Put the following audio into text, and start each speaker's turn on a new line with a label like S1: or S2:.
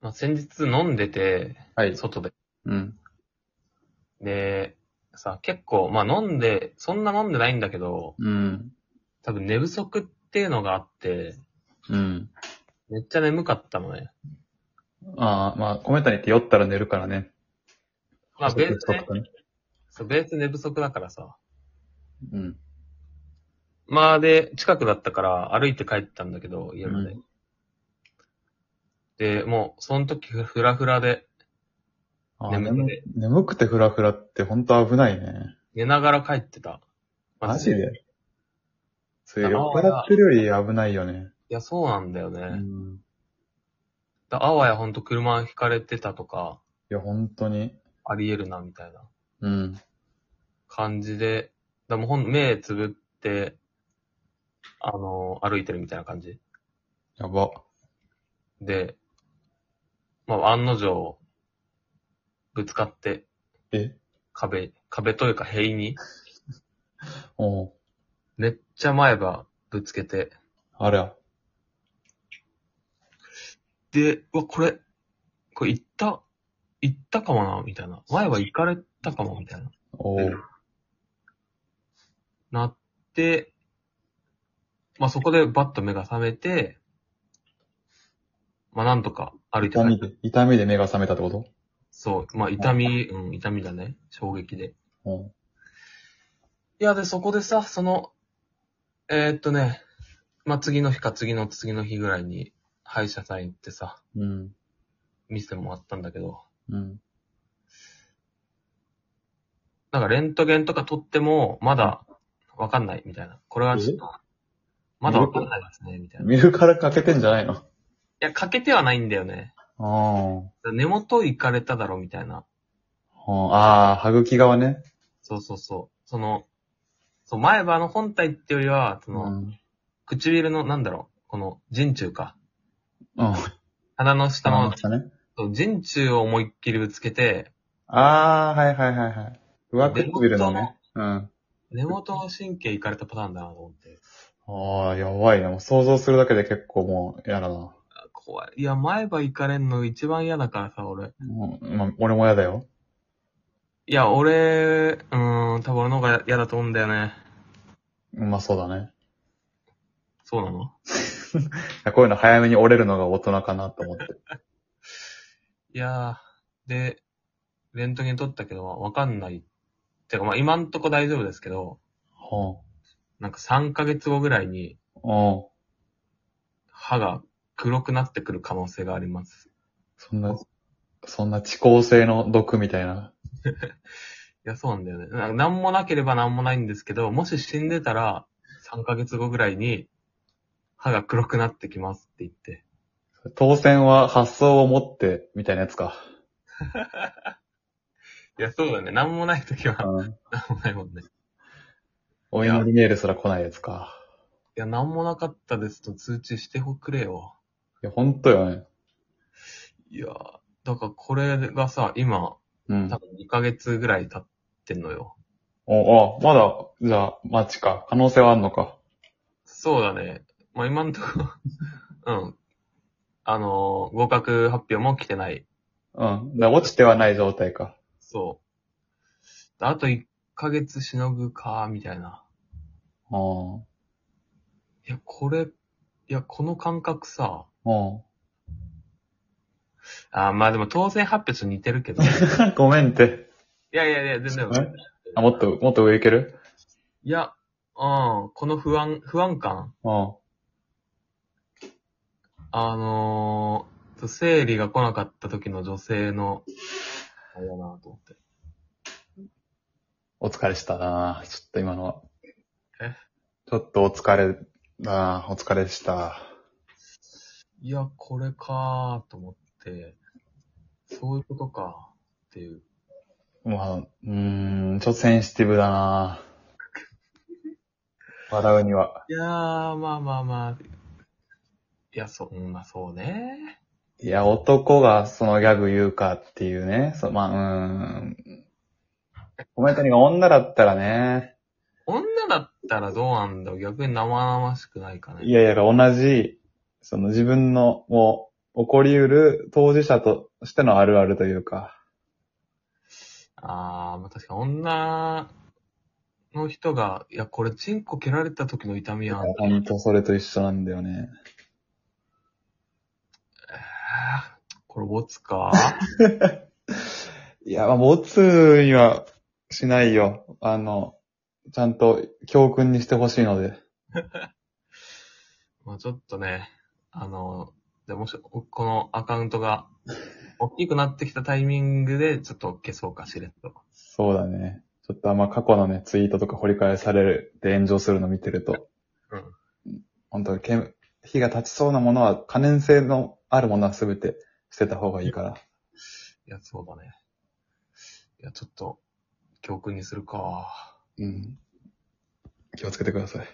S1: まあ、先日飲んでて、
S2: はい。
S1: 外で。
S2: うん。
S1: で、さ、結構、まあ飲んで、そんな飲んでないんだけど、
S2: うん。
S1: 多分寝不足っていうのがあって、
S2: うん。
S1: めっちゃ眠かったのね。
S2: ああ、まあ、コメントにって酔ったら寝るからね。
S1: まあベー
S2: ス
S1: スね、そうベース寝不足だからさ。
S2: うん。
S1: まあで、近くだったから歩いて帰ったんだけど、家まで。
S2: う
S1: で、もう、その時ふらふらで、
S2: あー
S1: 眠くて
S2: 眠眠くてフラフラって本当危ないね。
S1: 寝ながら帰ってた。まあ
S2: マジでそういう酔っ
S1: あー
S2: 払ってるより危ないよね。
S1: いや、そうなんだよね。
S2: うん。
S1: だあわやほんと車引かれてたとか、
S2: いや、本当に。
S1: ありえるな、みたいな
S2: うん。
S1: 感じで、だもうほん、目つぶって、あの歩いてるみたいな感じ。
S2: やば。
S1: で、まあ、案の定、ぶつかって、
S2: え
S1: 壁、壁というか塀に、
S2: おう
S1: めっちゃ前歯ぶつけて、
S2: あれや。
S1: で、うわ、これ、これ行った、行ったかもな、みたいな。前歯行かれたかも、みたいな。
S2: おう
S1: なって、まあ、そこでバッと目が覚めて、まあ、なんとか歩いて
S2: 痛
S1: 帰
S2: み
S1: った。
S2: で、痛みで目が覚めたってこと
S1: そう。まあ、痛み、うん、痛みだね。衝撃で。
S2: うん。
S1: いや、で、そこでさ、その、えーっとね、まあ、次の日か次の次の日ぐらいに、歯医者さん行ってさ、
S2: うん。
S1: 見せてもらったんだけど、
S2: うん。
S1: なんかレントゲンとか撮っても、まだ、わかんない、みたいな。これはちょっと、まだわかんないですね、みたいな。い
S2: 見るから欠けてんじゃないの
S1: や、欠けてはないんだよね。
S2: あ
S1: 根元行かれただろ、みたいな。
S2: あ。ああ、歯茎側ね。
S1: そうそうそう。その、そう前歯の本体ってよりは、その、
S2: うん。
S1: 唇の、なんだろう、この、人中か。
S2: うん。
S1: 鼻の下の、
S2: 下ね。
S1: そう人中を思いっきりぶつけて、
S2: ああ、はいはいはいはい。上唇のね。うん。
S1: 根元の神経行かれたパターンだなと思って。
S2: ああ、やばいな。もう想像するだけで結構もう嫌だな。
S1: あ怖い。いや、前歯行かれんの一番嫌だからさ、俺。
S2: うん、まあ、俺も嫌だよ。
S1: いや、俺、うーん、多分俺の方が嫌だと思うんだよね。
S2: うんまあそうだね。
S1: そうなの
S2: いやこういうの早めに折れるのが大人かなと思って。
S1: いやー、で、レントゲン撮ったけど、わかんない。てか、まあ、今んとこ大丈夫ですけど、
S2: は
S1: なんか3ヶ月後ぐらいに
S2: あ。うん。
S1: 歯が黒くなってくる可能性があります。
S2: そんな、そんな遅効性の毒みたいな。
S1: いや、そうなんだよね。なんか何もなければ何もないんですけど、もし死んでたら3ヶ月後ぐらいに歯が黒くなってきますって言って。
S2: 当選は発想を持って、みたいなやつか。
S1: いや、そうだね。何もない時は
S2: うん。
S1: 何もないもんね。
S2: お祈りメールすら来ないやつか。
S1: いや、何もなかったですと通知してほくれよ。
S2: いや、ほんとよね。
S1: いやー、だからこれがさ、今、
S2: うん
S1: 多。分2ヶ月ぐらい経ってんのよ。
S2: お、あ、まだ、じゃあ、マッチか。可能性はあんのか。
S1: そうだね。まあ、今んとこ、うん。あのー合格発表も来てない。
S2: うん。だから落ちてはない状態か。
S1: そう。あと1ヶ月しのぐか、みたいな。
S2: うん。
S1: いや、これ、いや、この感覚さ。
S2: うん。
S1: あーまあでも当選発表と似てるけど。い
S2: ごめんって。
S1: やいやいや、全然。
S2: えあ、もっと、もっと上いける
S1: いや、うん、この不安、不安感。
S2: うん。
S1: あのー、生理が来なかった時の女性の、あれだなと思って。
S2: お疲れしたなぁちょっと今のは。
S1: え
S2: ちょっとお疲れなぁお疲れした。
S1: いや、これかーと思って、そういうことかっていう。
S2: まあ、うーん、ちょっとセンシティブだなぁ笑うには。
S1: いやー、まあまあまあ。いや、そう、うんまあそうね。
S2: いや、男がそのギャグ言うかっていうね。そまあ、うーん。コメントにが女だったらね。
S1: 女だったらどうなんだろう逆に生々しくないかね。
S2: いやいや、同じ、その自分の、も起こりうる当事者としてのあるあるというか。
S1: あー、まあ、確か女の人が、いや、これ、チンコ蹴られた時の痛みやん。あ
S2: ほんとそれと一緒なんだよね。
S1: ーこれ、ボツ か
S2: いや、まあ、ボツにはしないよ。あの、ちゃんと教訓にしてほしいので。
S1: まあちょっとね、あの、でもし、このアカウントが、大きくなってきたタイミングで、ちょっと消そうかしれっと。
S2: そうだね。ちょっとあんま過去のね、ツイートとか掘り返されるで炎上するの見てると。
S1: うん。
S2: 本当けん火が立ちそうなものは、可燃性のあるものは全て捨てた方がいいから。
S1: いや、そうだね。いや、ちょっと、教訓にするか。
S2: うん。気をつけてください。